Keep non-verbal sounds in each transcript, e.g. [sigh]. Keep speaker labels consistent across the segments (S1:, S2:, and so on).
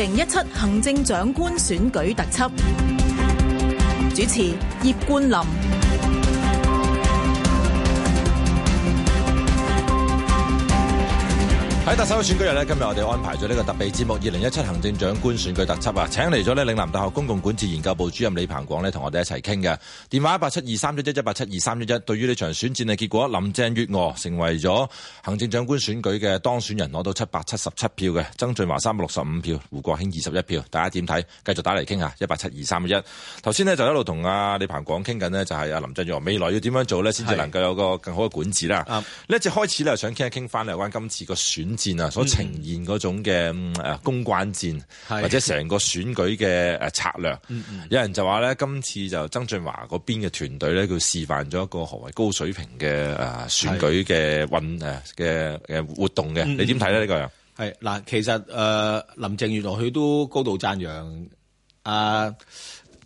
S1: 零一七行政長官選舉特輯，主持葉冠霖。
S2: 喺特首選舉日呢，今日我哋安排咗呢個特備節目《二零一七行政長官選舉特輯》啊，請嚟咗呢嶺南大學公共管治研究部主任李彭廣呢，同我哋一齊傾嘅電話一八七二三一一一八七二三一一。對於呢場選戰嘅結果，林鄭月娥成為咗行政長官選舉嘅當選人，攞到七百七十七票嘅，曾俊華三百六十五票，胡國興二十一票。大家點睇？繼續打嚟傾下一八七二三一一。頭先呢，就一路同阿李彭廣傾緊呢，就係阿林鄭月娥未來要點樣做呢？先至能夠有個更好嘅管治啦。
S3: 嗯
S2: 呢一節開始呢，想傾一傾翻有關今次個選戰啊，所呈現嗰種嘅嗯誒公關戰，
S3: 係嗯
S2: 或者成個選舉嘅誒策略。有人就話咧，今次就曾俊華嗰邊嘅團隊咧，佢示範咗一個何為高水平嘅誒選舉嘅運誒嘅嘅活動
S3: 嗯
S2: 嘅。你點睇咧？呢個又
S3: 係嗱，其實誒、呃林鄭月娥佢都高度讚揚啊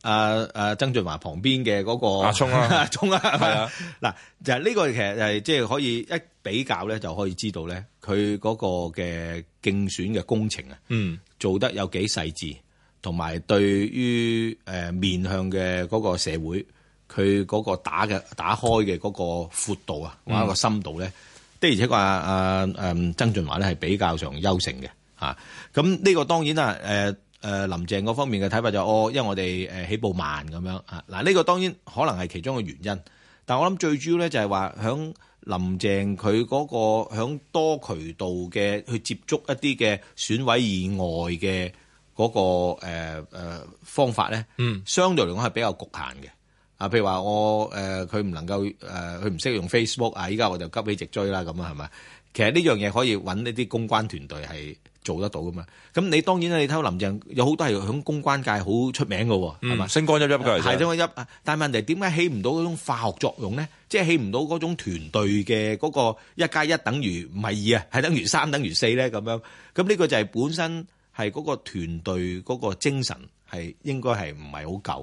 S3: 啊啊曾俊華旁邊嘅嗰個
S2: 阿聰啊
S3: [laughs] 阿聰啊，係咪
S2: 係啊
S3: 嗱就係呢個其實係即係可以一比較咧，就可以知道咧佢嗰個嘅競選嘅工程啊，
S2: 嗯
S3: 做得有幾細緻，同埋對於誒、呃面向嘅嗰個社會，佢嗰個打嘅打開嘅嗰個闊度啊，或者個深度咧，的而且確啊啊誒曾俊華咧係比較上優勝嘅嚇。咁、呢個當然啦誒。呃誒、林鄭嗰方面嘅睇法就哦，因為我哋誒、呃起步慢咁樣啊，嗱、呢個當然可能係其中嘅原因，但我諗最主要咧就係話響林鄭佢嗰個響多渠道嘅去接觸一啲嘅選委以外嘅嗰、個誒、呃呃方法咧，嗯，相對嚟講係比較局限嘅。啊，譬如話我誒佢唔能夠誒，呃佢唔識用 Facebook 啊，依家我就急起直追啦，咁啊係咪？其實呢樣嘢可以揾呢啲公關團隊係做得到噶嘛。咁你當然啦，你睇到林鄭有好多係響公關界好出名噶喎，係嘛
S2: 嗯，？星光熠熠嘅
S3: 係
S2: 其實。
S3: 咗一啊！但係問題點解起唔到嗰種化學作用咧？即係起唔到嗰種團隊嘅嗰個一加一等於唔係二啊，係等於三等於四咧咁樣。咁呢個就係本身係嗰個團隊嗰個精神係應該係唔係好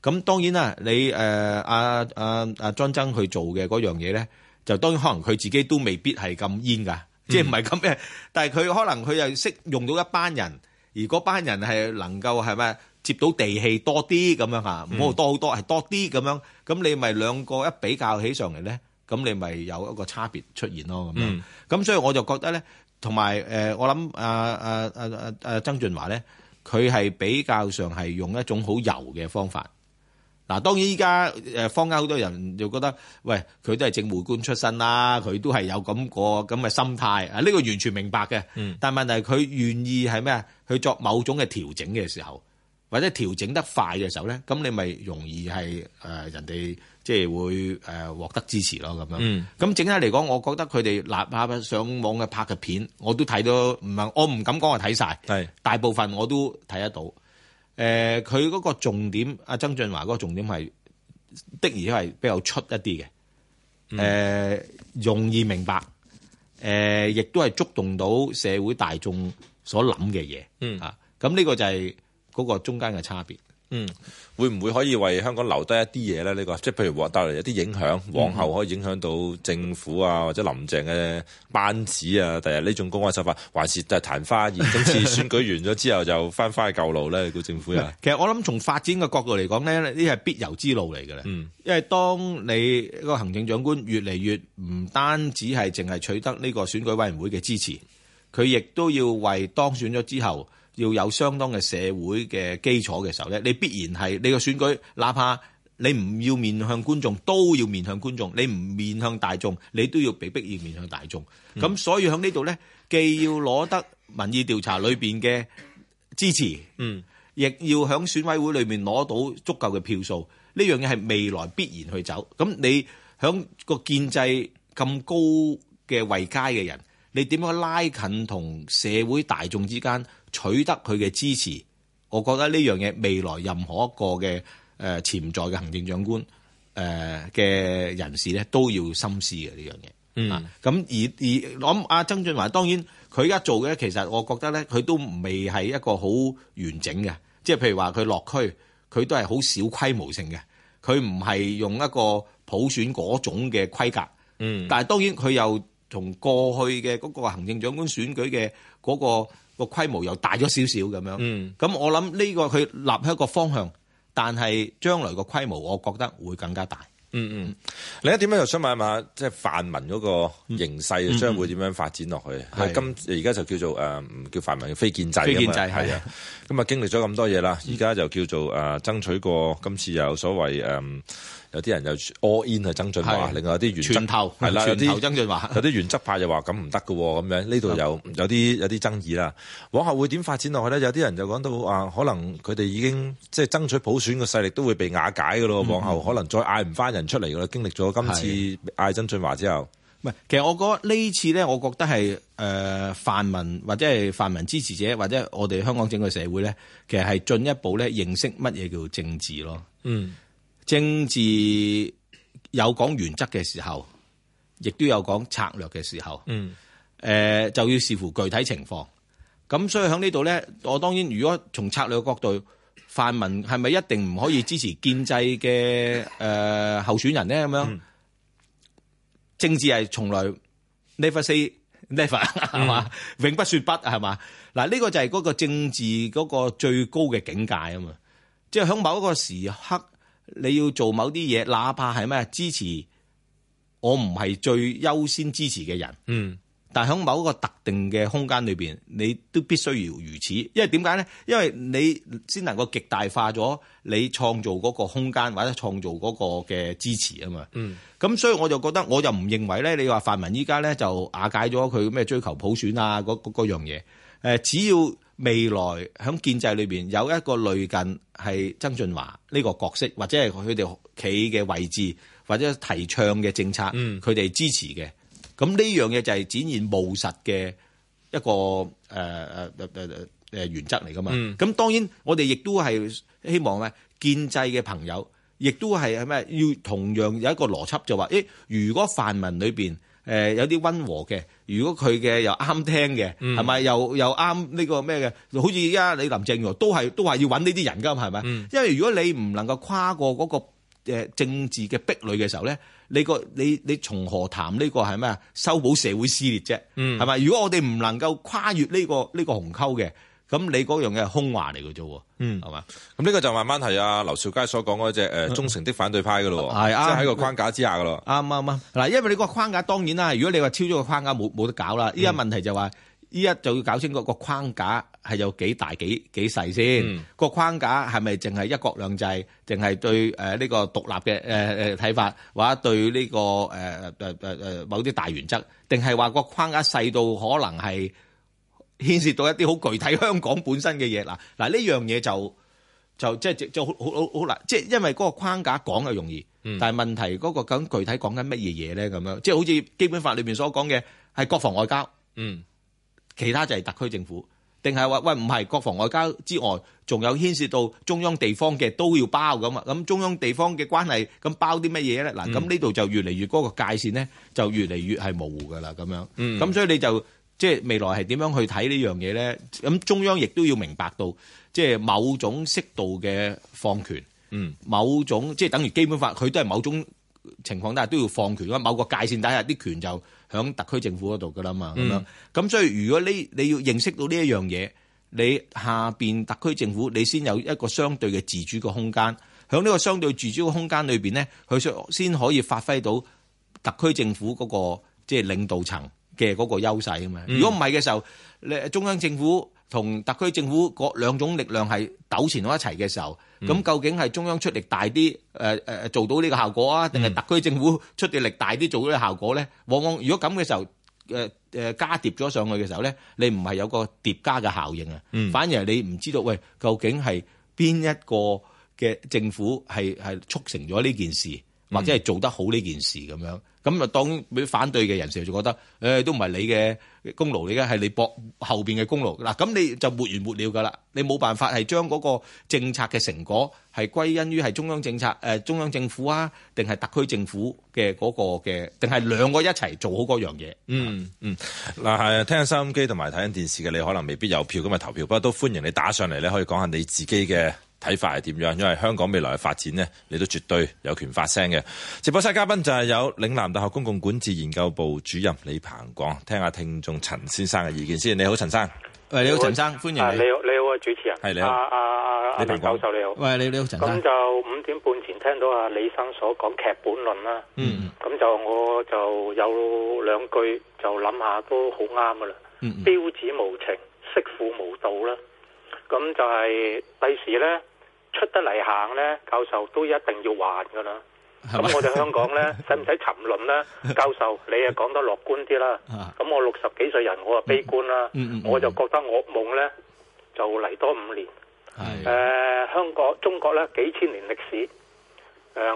S3: 夠。咁當然啦，你誒阿阿阿莊曾去做嘅嗰樣嘢咧，就當然可能佢自己都未必係咁煙㗎，即係唔係咁嘅。但係佢可能佢又識用到一班人，而嗰班人係能夠係咪接到地氣多啲咁樣嚇，唔好多好多係多啲咁樣。咁你咪兩個一比較起上嚟咧，咁你咪有一個差別出現咯咁樣。
S2: 嗯
S3: 咁所以我就覺得咧，同埋誒，我諗啊啊啊啊啊曾俊華咧，佢係比較上係用一種好柔嘅方法。嗱，當然依家誒坊間好多人就覺得，喂，佢都係政務官出身啦，佢都係有咁個咁嘅心態，啊，呢個完全明白嘅。
S2: 嗯
S3: 但問題係佢願意係咩啊？去作某種嘅調整嘅時候，或者調整得快嘅時候咧，咁你咪容易係誒、呃人哋即係會誒、呃、獲得支持咯咁樣。
S2: 嗯
S3: 咁整體嚟講，我覺得佢哋立下上網嘅拍嘅片，我都睇到，唔係我唔敢講我睇晒，
S2: 係
S3: 大部分我都睇得到。誒、呃佢嗰個重點，阿曾俊華嗰個重點係的而且確係比較出一啲嘅，誒、呃容易明白，誒、呃亦都係觸動到社會大眾所諗嘅嘢。
S2: 嗯
S3: 啊，咁呢個就係嗰個中間嘅差別。
S2: 嗯，會唔會可以為香港留低一啲嘢咧？呢個即係譬如話帶嚟一啲影響，往後可以影響到政府啊，或者林鄭嘅班子啊，第日呢種公開手法，還是就係曇花現？今次選舉完咗之後就翻返去舊路 [laughs] 咧？你估政府又？
S3: [laughs] 其實我諗從發展嘅角度嚟講咧，呢啲係必由之路嚟嘅咧。
S2: 嗯
S3: 因為當你個行政長官越嚟越唔單止係淨係取得呢個選舉委員會嘅支持，佢亦都要為當選咗之後要有相當嘅社會嘅基礎嘅時候咧，你必然係你個選舉，哪怕你唔要面向觀眾，都要面向觀眾；你唔面向大眾，你都要被逼要面向大眾。
S2: 嗯
S3: 咁、所以喺呢度咧，既要攞得民意調查裏邊嘅支持。
S2: 嗯
S3: 亦要喺選委會裏面攞到足夠嘅票數，呢樣嘢係未來必然去走。咁你喺個建制咁高嘅位階嘅人，你點樣拉近同社會大眾之間取得佢嘅支持？我覺得呢樣嘢未來任何一個嘅誒、呃、潛在嘅行政長官誒嘅、人士咧，都要深思嘅呢樣嘢。啊
S2: 嗯，
S3: 咁而而我諗阿曾俊華當然佢而家做嘅，其實我覺得咧，佢都未係一個好完整嘅，即係譬如話佢落區，佢都係好小規模性嘅，佢唔係用一個普選嗰種嘅規格。
S2: 嗯
S3: 但係當然佢又同過去嘅嗰個行政長官選舉嘅嗰個個規模又大咗少少咁樣。
S2: 嗯
S3: 咁我諗呢個佢立一個方向，但係將來個規模，我覺得會更加大。
S2: 嗯嗯，另一點咧，就想問下，即係泛民嗰個形勢將會點樣發展落去？嗯係
S3: 係
S2: 今而家就叫做誒，唔叫泛民嘅非建制啊嘛，
S3: 非建制
S2: 係
S3: 係
S2: 啊。咁啊，經歷咗咁多嘢啦，而家就叫做誒爭取過，今次有所謂誒，有啲人又 all in 去曾俊華，
S3: 係
S2: 另外有啲原則
S3: 全頭
S2: 係
S3: [laughs]
S2: 啦，有
S3: 全頭
S2: 啲
S3: 曾俊華。
S2: 有啲原則派又話咁唔得嘅喎，咁樣呢度有
S3: 嗯
S2: 有啲有啲爭議啦。往後會點發展落去咧？有啲人就講到啊，可能佢哋已經即係爭取普選嘅勢力都會被瓦解嘅
S3: 嗯
S2: 咯。往後可能再嗌唔翻人出嚟嘅啦。經歷咗今次嗌曾俊華之後，
S3: 唔係，其實我覺得呢次咧，我覺得係誒、呃泛民或者係泛民支持者，或者我哋香港整個社會咧，其實係進一步咧認識乜嘢叫政治咯。
S2: 嗯
S3: 政治有講原則嘅時候，亦都有講策略嘅時候。
S2: 嗯
S3: 誒、呃就要視乎具體情況。咁所以喺呢度咧，我當然如果從策略角度，泛民係咪一定唔可以支持建制嘅誒、呃、候選人咧？咁樣、政治係從來 never say never 係嘛，永不說不係嘛。嗱，呢個就係嗰個政治嗰個最高嘅境界啊嘛。即係喺某一個時刻，你要做某啲嘢，哪怕係咩支持，我唔係最優先支持嘅人。
S2: 嗯
S3: 但喺某一個特定嘅空間裏邊，你都必須要如此，因為點解咧？因為你先能夠極大化咗你創造嗰個空間或者創造嗰個嘅支持啊嘛。
S2: 嗯，
S3: 咁所以我就覺得，我就唔認為咧，你話泛民依家咧就瓦解咗佢咩追求普選啊嗰嗰嗰樣嘢。誒，呃只要未來喺建制裏邊有一個類近係曾俊華呢個角色，或者係佢哋企嘅位置，或者提倡嘅政策，
S2: 嗯
S3: 佢哋支持嘅，咁呢樣嘢就係展現務實嘅一呃個誒誒誒誒誒呃原則嚟噶嘛。
S2: 嗯
S3: 咁、當然我哋亦都係希望咧建制嘅朋友，亦都係係咩要同樣有一個邏輯就話，誒如果泛民裏邊誒有啲温和嘅，如果佢嘅又啱聽嘅，係咪、又又啱呢個咩嘅？好似而家你林鄭月娥都係都話要揾呢啲人㗎嘛，係咪？因為如果你唔能夠跨過嗰、個誒呃政治嘅壁壘嘅時候咧，你個你你從何談呢個係咩啊？修補社會撕裂啫，係咪、如果我哋唔能夠跨越呢、個呢、個鴻溝嘅，咁你嗰樣嘢係空話嚟嘅啫喎，
S2: 嗯
S3: 係嘛？
S2: 咁呢個就慢慢係阿劉兆佳所講嗰只
S3: 嗯
S2: 誒忠誠的反對派嘅咯喎，
S3: 係啱
S2: 即係喺個框架之下嘅咯。
S3: 啱啱啱嗱，因為你個框架當然啦，如果你話超咗個框架冇冇得搞啦，依家問題就話依家就要搞清楚個框架係有幾大幾幾細
S2: 嗯
S3: 先，個、框架係咪淨係一國兩制，淨係對誒呢個獨立嘅誒誒睇法，或者對呢、個誒誒誒誒某啲大原則，定係話個框架細到可能係牽涉到一啲好具體香港本身嘅嘢嗱嗱呢樣嘢就。就即係即就好好好好難，即係因為嗰個框架講係容易，但係問題嗰、個究竟具體講緊乜嘢嘢咧咁樣，即係好似基本法裏面所講嘅係國防外交，
S2: 嗯
S3: 其他就係特區政府，定係話喂唔係國防外交之外，仲有牽涉到中央地方嘅都要包咁啊，咁中央地方嘅關係咁包啲乜嘢咧？嗱，咁呢度就越嚟越嗰、個界線咧，就越嚟越係模糊噶啦咁樣，咁、所以你就。即係未來係點樣去睇呢樣嘢咧？咁中央亦都要明白到，即係某種適度嘅放權，
S2: 嗯
S3: 某種即係等於基本法，佢都係某種情況底下都要放權㗎，某個界線底下啲權就響特區政府嗰度㗎啦嘛，咁樣咁所以如果你你要認識到呢一樣嘢，你下邊特區政府你先有一個相對嘅自主嘅空間，響呢個相對自主嘅空間裏邊咧，佢先先可以發揮到特區政府嗰、個即係領導層嘅嗰個優勢啊嘛。如果唔係嘅時候，你中央政府同特區政府嗰兩種力量係糾纏到一齊嘅時候，咁、究竟係中央出力大啲，誒誒誒做到呢個效果啊，定係特區政府出嘅力大啲做到呢個效果咧？往往如果咁嘅時候，誒、誒、呃加疊咗上去嘅時候咧，你唔係有個疊加嘅效應啊，反而係你唔知道喂，究竟係邊一個嘅政府係係促成咗呢件事，或者係做得好呢件事咁樣。咁啊，當然俾反對嘅人士就覺得，誒、都唔係你嘅功勞嚟嘅，係你博後邊嘅功勞。嗱，咁你就沒完沒了㗎啦，你冇辦法係將嗰個政策嘅成果係歸因於係中央政策誒、中央政府啊，定係特區政府嘅嗰個嘅，定係兩個一齊做好嗰樣嘢。
S2: 嗯嗯，嗱係聽緊收音機同埋睇緊電視嘅你，可能未必有票咁啊投票，不過都歡迎你打上嚟咧，可以講下你自己嘅睇法係點樣，因為香港未來嘅發展呢，你都絕對有權發聲嘅。直播室嘉賓就係有嶺南大學公共管治研究部主任李彭廣，聽下聽眾陳先生嘅意見先。你好，陳生，
S3: 喂，你好，陳生，歡迎
S4: 啊
S3: 你
S4: 你。好，你好啊，主持人。
S2: 係你好
S4: 啊啊啊啊，
S2: 你平
S4: 明教授你好。
S3: 喂，你你好，陳
S4: 咁
S3: 生。
S4: 就五點半前聽到阿李生所講劇本論啦。
S3: Ừ,
S2: 嗯，
S4: 咁就我就有兩句就諗下都好啱噶啦。
S3: 嗯嗯
S4: 標子無情，色富無道啦。咁就係第時呢，出得嚟行呢，教授都一定要還噶啦。
S3: 係嘛
S4: 咁我哋香港
S3: [laughs]
S4: 呢，使唔使沉淪呢？教授，你啊講得樂觀啲啦。
S3: 啊
S4: 咁我六十幾歲人，我啊悲觀啦。
S3: 嗯嗯嗯
S4: 我就覺得噩夢呢，就嚟多五年。誒、
S3: 係
S4: 香港中國咧幾千年歷史，誒、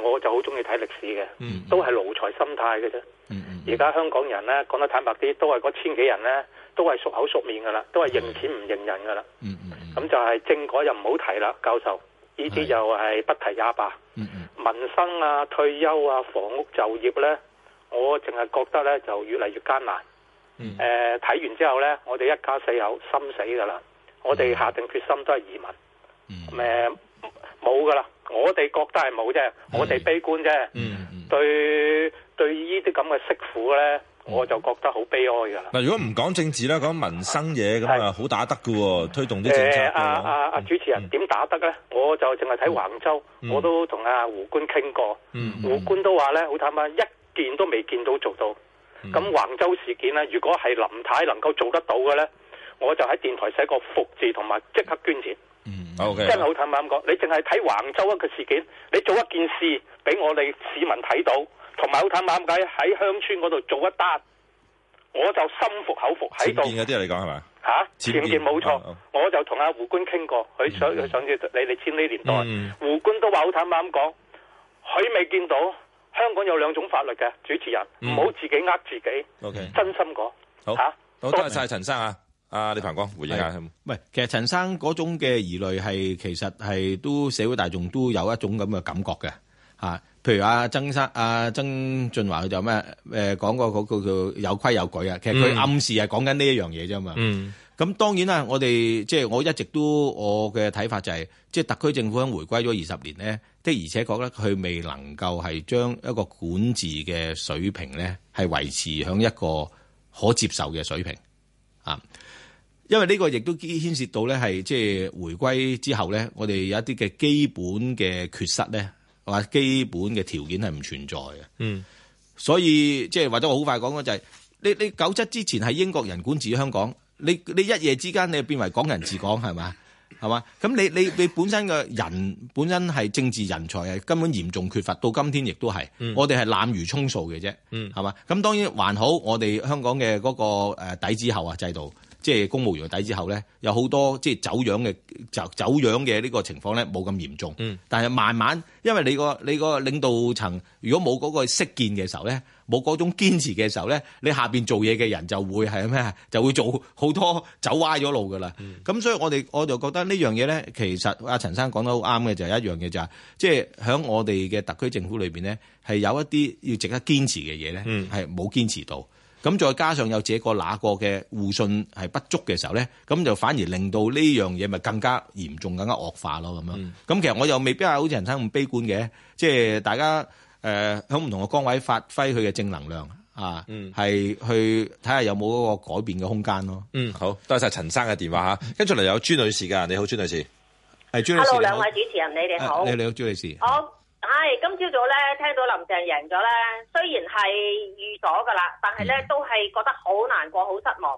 S4: 我就好中意睇歷史嘅，
S2: 嗯
S4: 都係奴才心態嘅啫。
S3: 嗯嗯
S4: 而家香港人咧講得坦白啲，都係嗰千幾人咧，都係熟口熟面噶啦，都係認錢唔認人噶啦。
S3: 嗯嗯嗯
S4: 咁、就係政改又唔好提啦，教授，呢啲
S3: 係
S4: 又係不提也罷。
S3: 嗯嗯
S4: 民生啊、退休啊、房屋就業呢，我淨係覺得呢就越嚟越艱難。誒
S2: 嗯
S4: 睇、完之後呢，我哋一家四口心死㗎啦！我
S2: 嗯
S4: 哋下定決心都係移民。誒冇㗎啦，我哋覺得係冇啫，我哋悲觀啫。
S2: 嗯嗯。
S4: 對對，呢啲咁嘅媳婦呢，我就覺得好悲哀㗎啦。
S2: 嗱，如果唔講政治啦，講民生嘢咁啊，好打得㗎喎，推動啲政策
S4: 誒
S2: 嘅
S4: 阿阿
S2: 話。
S4: 阿主持
S2: 嗯
S4: 人點打得呢？我就淨係睇橫州，我都同阿胡官傾過，
S2: 嗯
S4: 胡官都話呢，好坦白，一件都未見到做到。咁橫州事件呢，如果係林太能夠做得到嘅呢，我就喺電台寫個服字同埋即刻捐錢。
S2: O
S4: 真係
S2: K，
S4: 好坦白咁講，你淨係睇橫州一個事件，你做一件事俾我哋市民睇到，同埋好坦白咁解喺鄉村嗰度做一單，我就心服口服喺
S2: 僭
S4: 度。
S2: 建嗰啲嚟講係咪？
S4: 嚇，
S2: 僭
S4: 僭建
S2: 建
S4: 冇錯
S2: 啊啊，
S4: 我就同阿胡官傾過，佢想佢上次你哋簽呢年
S2: 嗯
S4: 代，胡官都話好坦白咁講，佢未見到香港有兩種法律嘅主持人，唔好自己呃自己，
S2: OK
S4: 真心講
S2: 嗯好
S4: 嚇，
S2: 好多謝晒陳生啊，阿李鵬光回應下。啊嗯
S3: 唔係，其實陳生嗰種嘅疑慮係其實係都社會大眾都有一種咁嘅感覺嘅嚇、譬如阿曾生、阿曾俊華佢就咩誒講過嗰個叫有規有矩啊，其實佢暗示係講緊呢一樣嘢啫嘛。
S2: 嗯
S3: 咁當然啦，我哋即係我一直都我嘅睇法就係、即係特區政府喺回歸咗二十年呢，的而且確咧，佢未能夠係將一個管治嘅水平咧係維持響一個可接受嘅水平啊。因為呢個亦都牽涉到咧係即係回歸之後咧，我哋有一啲嘅基本嘅缺失咧，或者基本嘅條件係唔存在嘅。
S2: 嗯，
S3: 所以即係或者我好快講嘅就係、你你九七之前係英國人管治香港，你你一夜之間你變為港人治港係嘛？係嘛？咁你你你本身嘅人本身係政治人才係根本嚴重缺乏，到今天亦都係，我哋係濫竽充數嘅啫，係嘛？咁當然還好，我哋香港嘅嗰個誒底子後啊制度，即係公務員嘅底子後咧，有好多即係走樣嘅走走樣嘅呢個情況咧冇咁嚴重，但係慢慢因為你個你個領導層如果冇嗰個識見嘅時候咧，冇嗰種堅持嘅時候咧，你下邊做嘢嘅人就會係咩啊？就會做 [laughs] 好多走歪咗路噶啦。咁、所以我哋我就覺得呢樣嘢咧，其實阿陳生講得好啱嘅就係一樣嘢就係、即係喺我哋嘅特區政府裏邊咧，係有一啲要值得堅持嘅嘢咧，係冇堅持到。咁再加上有這個那個嘅互信係不足嘅時候咧，咁就反而令到呢樣嘢咪更加嚴重、更加惡化咯咁樣。咁、其實我又未必係好似人生咁悲觀嘅，即係大家誒喺唔同嘅崗位發揮佢嘅正能量啊，係、去睇下有冇嗰個改變嘅空間咯。
S2: 嗯，好多謝晒陳生嘅電話嚇，跟住嚟有朱女士㗎，你好，朱女士。
S3: 係朱女士
S5: Hello，
S3: 你
S5: 兩
S3: 好
S5: 位主持人，你哋好。
S3: 啊你你好朱女士，
S5: 我係今朝早咧聽到林鄭贏咗咧，雖然係預咗噶啦，但係咧
S3: 嗯
S5: 都係覺得好難過，好失望，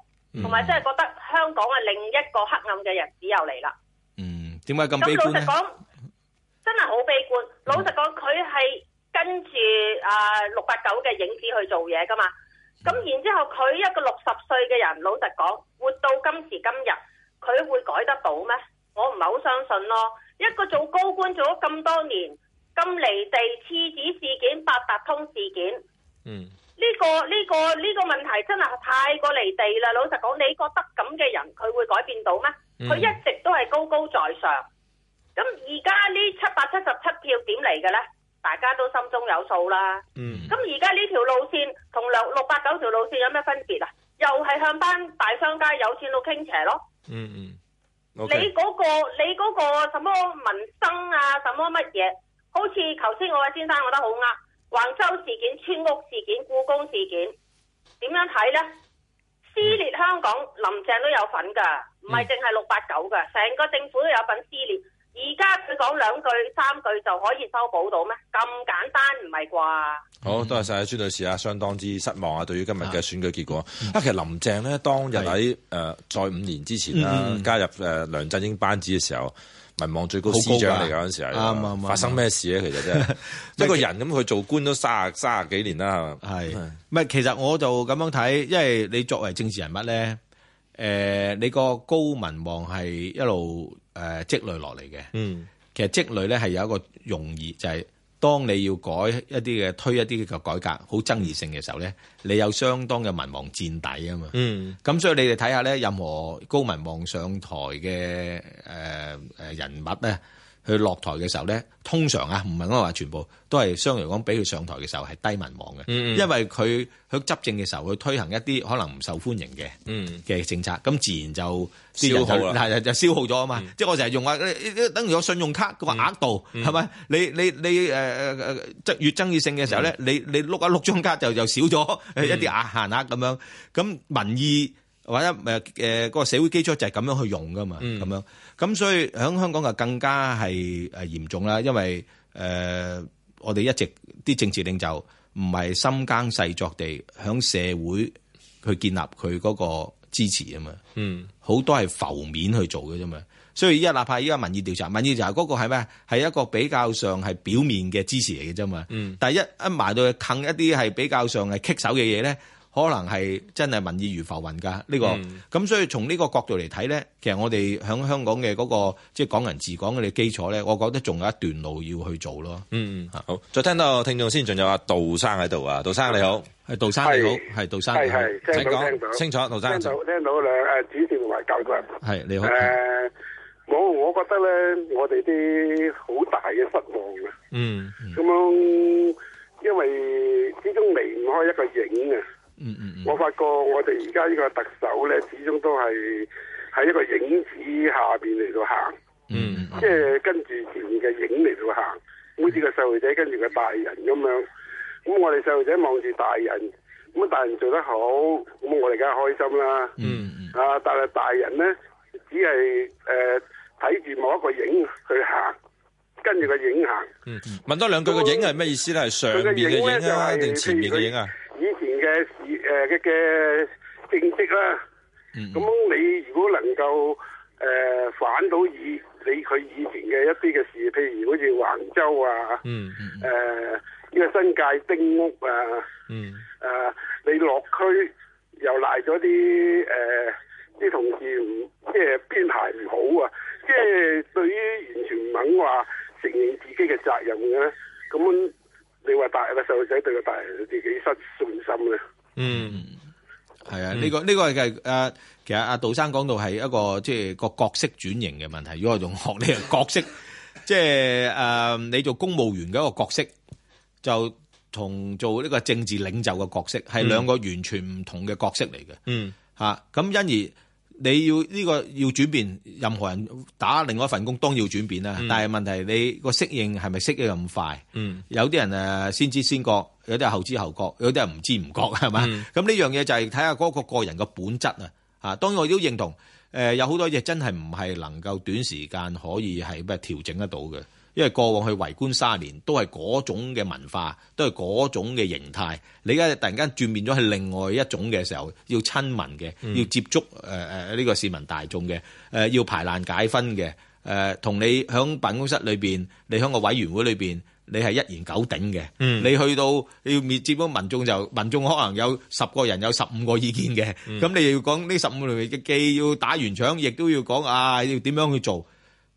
S5: 同埋真係覺得香港嘅另一個黑暗嘅日子又嚟啦。
S3: 嗯，點解咁
S5: 咁
S3: 悲
S5: 老
S3: 觀
S5: 實
S3: 咧？
S5: 講，真係好悲觀。老實講，佢係跟住啊六八九嘅影子去做嘢噶嘛。咁然之後，佢一個六十歲嘅人，老實講，活到今時今日，佢會改得到咩？我唔係好相信咯。一個做高官做咗咁多年，咁離地廁紙事件、八達通事件。
S2: 嗯
S5: 呢、個呢、個呢、個問題真係太過離地啦！老實講，你覺得咁嘅人佢會改變到咩？佢一直都係高高在上。咁而家呢七百七十七票點嚟嘅呢？大家都心中有數啦。
S2: 嗯
S5: 咁而家呢條路線同六六八九條路線有咩分別啊？又係向班大商家有錢佬傾斜咯。
S2: 嗯嗯。
S5: 你
S2: OK，
S5: 嗰、個你嗰個什麼民生啊，什麼乜嘢？好似頭先我位先生覺得好呃啱，橫州事件、村屋事件、故宮事件，點樣睇呢？私撕裂香港，林鄭都有份㗎，唔係淨係六八九㗎，成個政府都有份撕裂。而家佢講兩句三句就可以修補到咩？咁簡單唔係啩？
S2: 好，多謝晒孫女士啊，相當之失望啊，對於今日嘅選舉結果。啊，其實林鄭咧當日喺誒在五年之前啦，加入誒梁振英班子嘅時候，民望嗯最高司長嚟㗎嗰陣時係。
S3: 好高㗎啱啱啱
S2: 發生咩事咧？其實真 [laughs] 係一個人咁，佢做官都三十三十幾年啦，係嘛
S3: 係，唔係其實我就咁樣睇，因為你作為政治人物咧，誒、你個高民望係一路誒、積累落嚟嘅。
S2: 嗯，
S3: 其實積累咧係有一個容易，就係、當你要改一啲嘅推一啲嘅改革，好爭議性嘅時候咧，你有相當嘅民望墊底啊嘛。
S2: 嗯，
S3: 咁所以你哋睇下咧，任何高民望上台嘅誒誒人物咧，佢落台嘅時候咧，通常啊，唔係我話全部都係相對嚟講，比佢上台嘅時候係低民望嘅，
S2: 嗯嗯
S3: 因為佢佢執政嘅時候，佢推行一啲可能唔受歡迎嘅。
S2: 嗯，
S3: 嘅政策，咁自然就
S2: 消耗啦
S3: 啲人就係就消耗咗啊嘛。即係我成日用話，呃呃等於我信用卡個額度係咪？你你你誒誒誒，即係越爭議性嘅時候咧，你你碌一碌張卡就就少咗呃 [laughs] 一啲額限額咁樣。咁民意或者誒誒個社會基礎就係咁樣去用噶嘛，咁樣。咁所以喺香港就更加係誒嚴重啦，因為誒我哋一直啲政治領袖唔係深耕細作地響社會。去建立佢嗰個支持啊嘛。
S2: 嗯，
S3: 好多係浮面去做嘅啫嘛。所以依家哪怕依家民意調查，民意調查嗰個係咩？係一個比較上係表面嘅支持嚟嘅啫嘛。
S2: 嗯
S3: 但係一一埋到去啃一啲係比較上係棘手嘅嘢咧，可能係真係民意如浮雲㗎。呢、個咁、
S2: 嗯
S3: 所以從呢個角度嚟睇咧，其實我哋喺香港嘅嗰、個即係港人治港嘅基礎咧，我覺得仲有一段路要去做咯。
S2: 嗯，好，再聽到聽眾先，仲有阿杜生喺度啊，杜生你好，
S3: 係杜生你好，係杜生你好，
S6: 係係
S2: 請
S6: 聽到聽到
S2: 講清楚，杜生嗯
S6: 聽到聽到兩誒主持同埋教授，
S3: 係你好，嗯
S6: 誒，我我覺得咧，我哋啲好大嘅失望嘅，
S2: 嗯
S6: 咁樣因為始終離唔開一個影啊。
S3: 嗯嗯嗯，
S6: 我發覺我哋而家呢個特首咧，始終都係喺一個影子下邊嚟到行，
S2: 嗯
S6: 即係跟住前面嘅影嚟到行，好似個細路仔跟住個大人咁樣。咁我哋細路仔望住大人，咁啊大人做得好，咁我哋梗係開心啦。
S3: 嗯嗯
S6: 啊，但係大人咧，只係誒睇住某一個影去行，跟住個影行。
S2: 嗯，問多兩句個影係咩意思咧？係上
S6: 佢嘅
S2: 面嘅
S6: 咧
S2: 影
S6: 就
S2: 啊，
S6: 係
S2: 定前面嘅影啊？？
S6: 以前嘅事誒嘅嘅政績啦，
S3: 嗯
S6: 咁、你如果能夠誒、呃反到以你佢以前嘅一啲嘅事，譬如好似橫州啊，
S2: 嗯
S6: 誒、呢個新界丁屋啊，
S2: 嗯
S6: 誒、你落區又賴咗啲誒啲同事唔即係編排唔好啊，即係對於完全唔肯話承認自己嘅責任嘅咧，咁你話大個細路仔對個大人自己失信心啊咧？
S2: 嗯
S3: 係啊，呢、個呢、個係誒，其實阿杜生講到係一個即係個角色轉型嘅問題。如果我用學呢個角色， [laughs] 即係誒、呃你做公務員嘅一個角色，就同做呢個政治領袖嘅角色係兩個完全唔同嘅角色嚟嘅
S2: 嗯
S3: 嚇。咁、因而你要呢、個要轉變，任何人打另外一份工當然要轉變啦。但係問題你個適應係咪適應咁快？
S2: 嗯
S3: 有啲人誒呃先知先覺，有啲係後知後覺，有啲係唔知唔覺，係嘛？咁呢、樣嘢就係睇下嗰個個人嘅本質啊！嚇，當然我都認同誒、呃有好多嘢真係唔係能夠短時間可以係咩調整得到嘅，因為過往去圍觀三年都係嗰種嘅文化，都係嗰種嘅形態。你而家突然間轉變咗係另外一種嘅時候，要親民嘅，要接觸誒誒呢個市民大眾嘅，誒、要排難解紛嘅。誒同、你喺辦公室裏邊，你喺個委員會裏邊，你係一言九鼎嘅。
S2: 嗯
S3: 你去到要面接觸民眾就，民眾可能有十個人有十五個意見嘅，咁、你又要講呢十五類嘅既要打完場，亦都要講啊要點樣去做。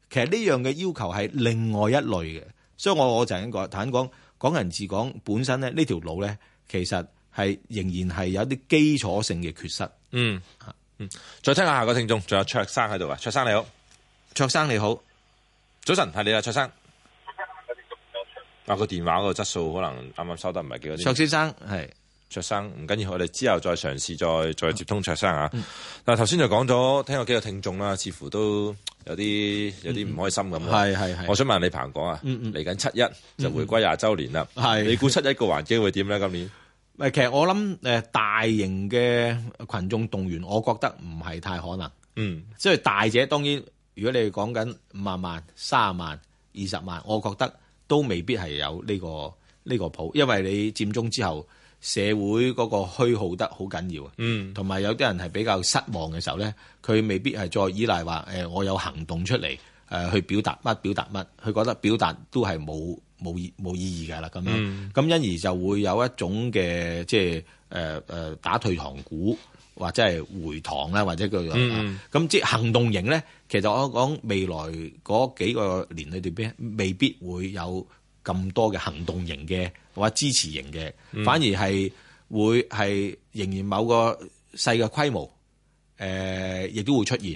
S3: 其實呢樣嘅要求係另外一類嘅，所以我我就咁講，坦講港人治港本身咧呢條路咧，其實係仍然係有啲基礎性嘅缺失。
S2: 嗯嗯，再聽下下個聽眾，仲有卓生喺度啊，卓生你好，
S3: 卓生你好，
S2: 早晨係你啊，卓生。啊，個電話個質素可能啱啱收得唔係幾好啲。
S3: 卓先生係
S2: 卓生唔緊要，我哋之後再嘗試再
S3: 嗯
S2: 再接通卓生啊。但係頭先就講咗，聽過幾個聽眾啦，似乎都有啲有啲唔開心咁啊。
S3: 嗯係係係嗯
S2: 我想問李鵬講啊，嚟緊七一就回歸廿週年啦，
S3: 係
S2: 你估七一個環境會點咧？今年
S3: 誒，其實我諗誒大型嘅群眾動員，我覺得唔係太可能。
S2: 嗯
S3: 即係大者當然，如果你講緊五萬萬、三十萬、二十萬，我覺得都未必係有呢、個呢、個譜，因為你佔中之後，社會嗰個虛耗得好緊要啊。
S2: 嗯
S3: 同埋有啲人係比較失望嘅時候咧，佢未必係再依賴話誒、我有行動出嚟誒、去表達乜表達乜，佢覺得表達都係冇冇意冇意義㗎啦咁樣，咁、
S2: 嗯
S3: 因而就會有一種嘅即係誒誒打退堂鼓。或者係回堂啦，或者叫做啊
S2: 嗯
S3: 咁即係行動型咧。其實我講未來嗰幾個年裏邊，邊未必會有咁多嘅行動型嘅或者支持型嘅，
S2: 嗯
S3: 反而係會係仍然某個細嘅規模，誒、呃亦都會出現。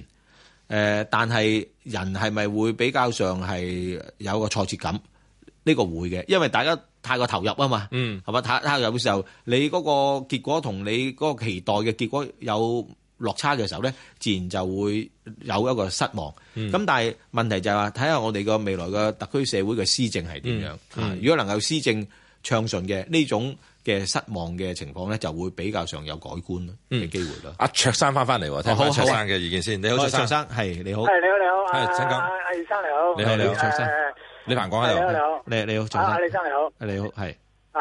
S3: 誒、但係人係咪會比較上係有個挫折感？呢、個會嘅，因為大家太過投入啊嘛，
S2: 嗯
S3: 係嘛？太太過入嘅時候，你嗰個結果同你嗰個期待嘅結果有落差嘅時候咧，自然就會有一個失望。咁、但係問題就係話，睇下我哋個未來嘅特區社會嘅施政係點樣、啊如果能夠施政暢順嘅呢種嘅失望嘅情況咧，就會比較上有改觀嘅機會咯。
S2: 阿卓生翻翻嚟喎，聽
S3: 好
S2: 翻
S3: 啊
S2: 卓生嘅意見先。你好，
S3: 好
S2: 卓
S3: 卓
S2: 生，
S3: 生係你好，
S6: 系你好，你好，啊
S2: 係請講
S6: 阿阿李生你好，
S2: 你好你好
S6: 誒
S3: 卓生
S2: 你彭講
S6: 係啊你
S2: 喺度。
S6: 好，
S3: 你你好，
S6: 你
S3: 卓生
S6: 好，阿。李生你好，
S3: 啊你好，係
S6: 系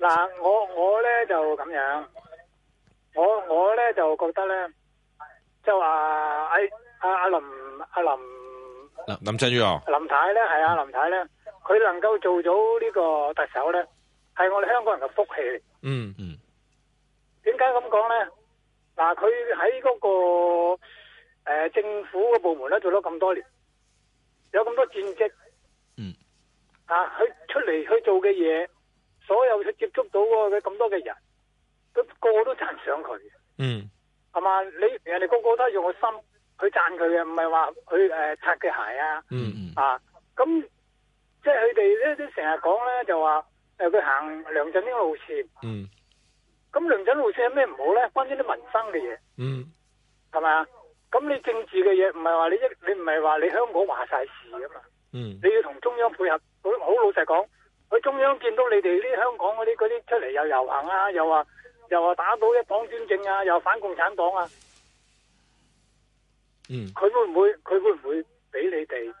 S6: 嗱，我我咧就咁樣，我我咧就覺得咧，就話阿阿阿林阿林
S2: 林鄭月娥，
S6: 林太咧，係啊林太咧，佢能夠做到呢個特首咧，係我哋香港人嘅福氣嚟。
S2: 嗯
S6: 點解咁講咧？嗱，佢喺嗰個呃政府嘅部門咧做咗咁多年，有咁多戰績，
S3: 嗯，
S6: 啊，佢出嚟去做嘅嘢，所有佢接觸到嘅咁多嘅人，佢個個都讚賞佢，
S2: 嗯
S6: 係嘛？你人哋個個都係用個心去讚佢嘅，唔係話佢誒擦佢鞋啊，
S2: 嗯
S6: 啊，咁即係佢哋咧都成日講咧就話誒佢行梁振英路線，
S2: 嗯
S6: 咁梁振英路線有咩唔好咧？關於啲民生嘅嘢。
S2: 嗯
S6: 系咪啊？咁你政治嘅嘢唔係話你一你唔係話你香港話晒事噶嘛？
S2: 嗯
S6: 你要同中央配合。好好老實講，佢中央見到你哋啲香港嗰啲嗰啲出嚟又遊行啊，又話又話打倒一黨專政啊，又反共產黨啊，
S2: 嗯
S6: 佢會唔會佢會唔會俾你哋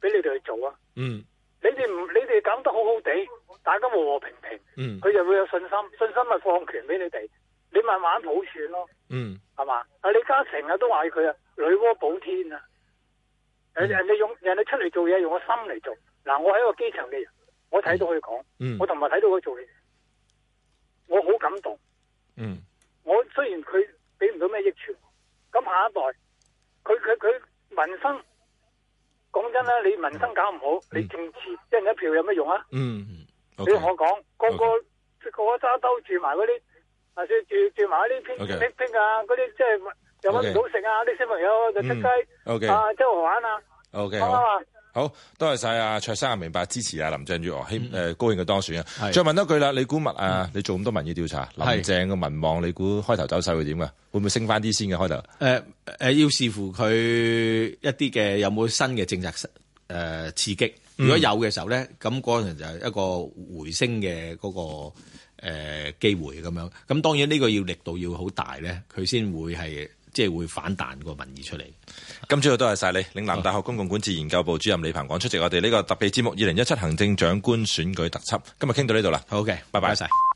S6: 俾你哋去做啊？
S2: 嗯
S6: 你哋唔你哋搞得好好地，大家和和平平，
S2: 嗯
S6: 佢就會有信心，信心咪放權俾你哋，你慢慢普選咯。
S2: 嗯
S6: 系嘛？啊，李嘉誠啊都話佢啊女娲補天啊，人人哋用人哋出嚟做嘢用個心嚟做。嗱，我係一個基層嘅人，我睇到佢講，
S2: 嗯
S6: 我同埋睇到佢做嘢，我好感動。
S2: 嗯
S6: 我雖然佢俾唔到咩益處，咁下一代佢佢佢民生，講真啦，你民生搞唔好，你政治一人一票有咩用啊？
S2: 嗯
S6: 你
S2: ，OK，
S6: 同我講，個個個個揸兜住埋嗰啲，啊住住住埋嗰啲偏
S2: OK
S6: 僻僻啊，嗰啲即係又揾唔到食啊，啲小朋友就出街
S2: 嗯，OK
S6: 啊周圍玩啊，
S2: OK，
S6: 啱唔
S2: 好。
S6: 啱啊？
S2: 好多謝晒阿卓生啊，明白支持啊林鄭月娥，希誒高興佢當選啊！
S3: 嗯係嗯
S2: 再問多句啦，你估物啊，你做咁多民意調查，
S3: 係
S2: 林鄭嘅民望，你估開頭走勢會點啊？會唔會升翻啲先嘅開頭？
S3: 誒呃誒，要視乎佢一啲嘅有冇新嘅政策誒、刺激。
S2: 嗯
S3: 如果有嘅時候咧，咁嗰陣就係一個回升嘅嗰、個、呃、機會咁樣。咁當然呢個要力度要好大咧，佢先會係即係會反彈個民意出嚟。
S2: 今朝多謝晒你，嶺南大學公共管治研究部主任李鵬廣出席我哋呢個特別節目《二零一七行政長官選舉特輯》，今日傾到呢度啦，
S3: 好嘅，
S2: 拜拜
S3: 多謝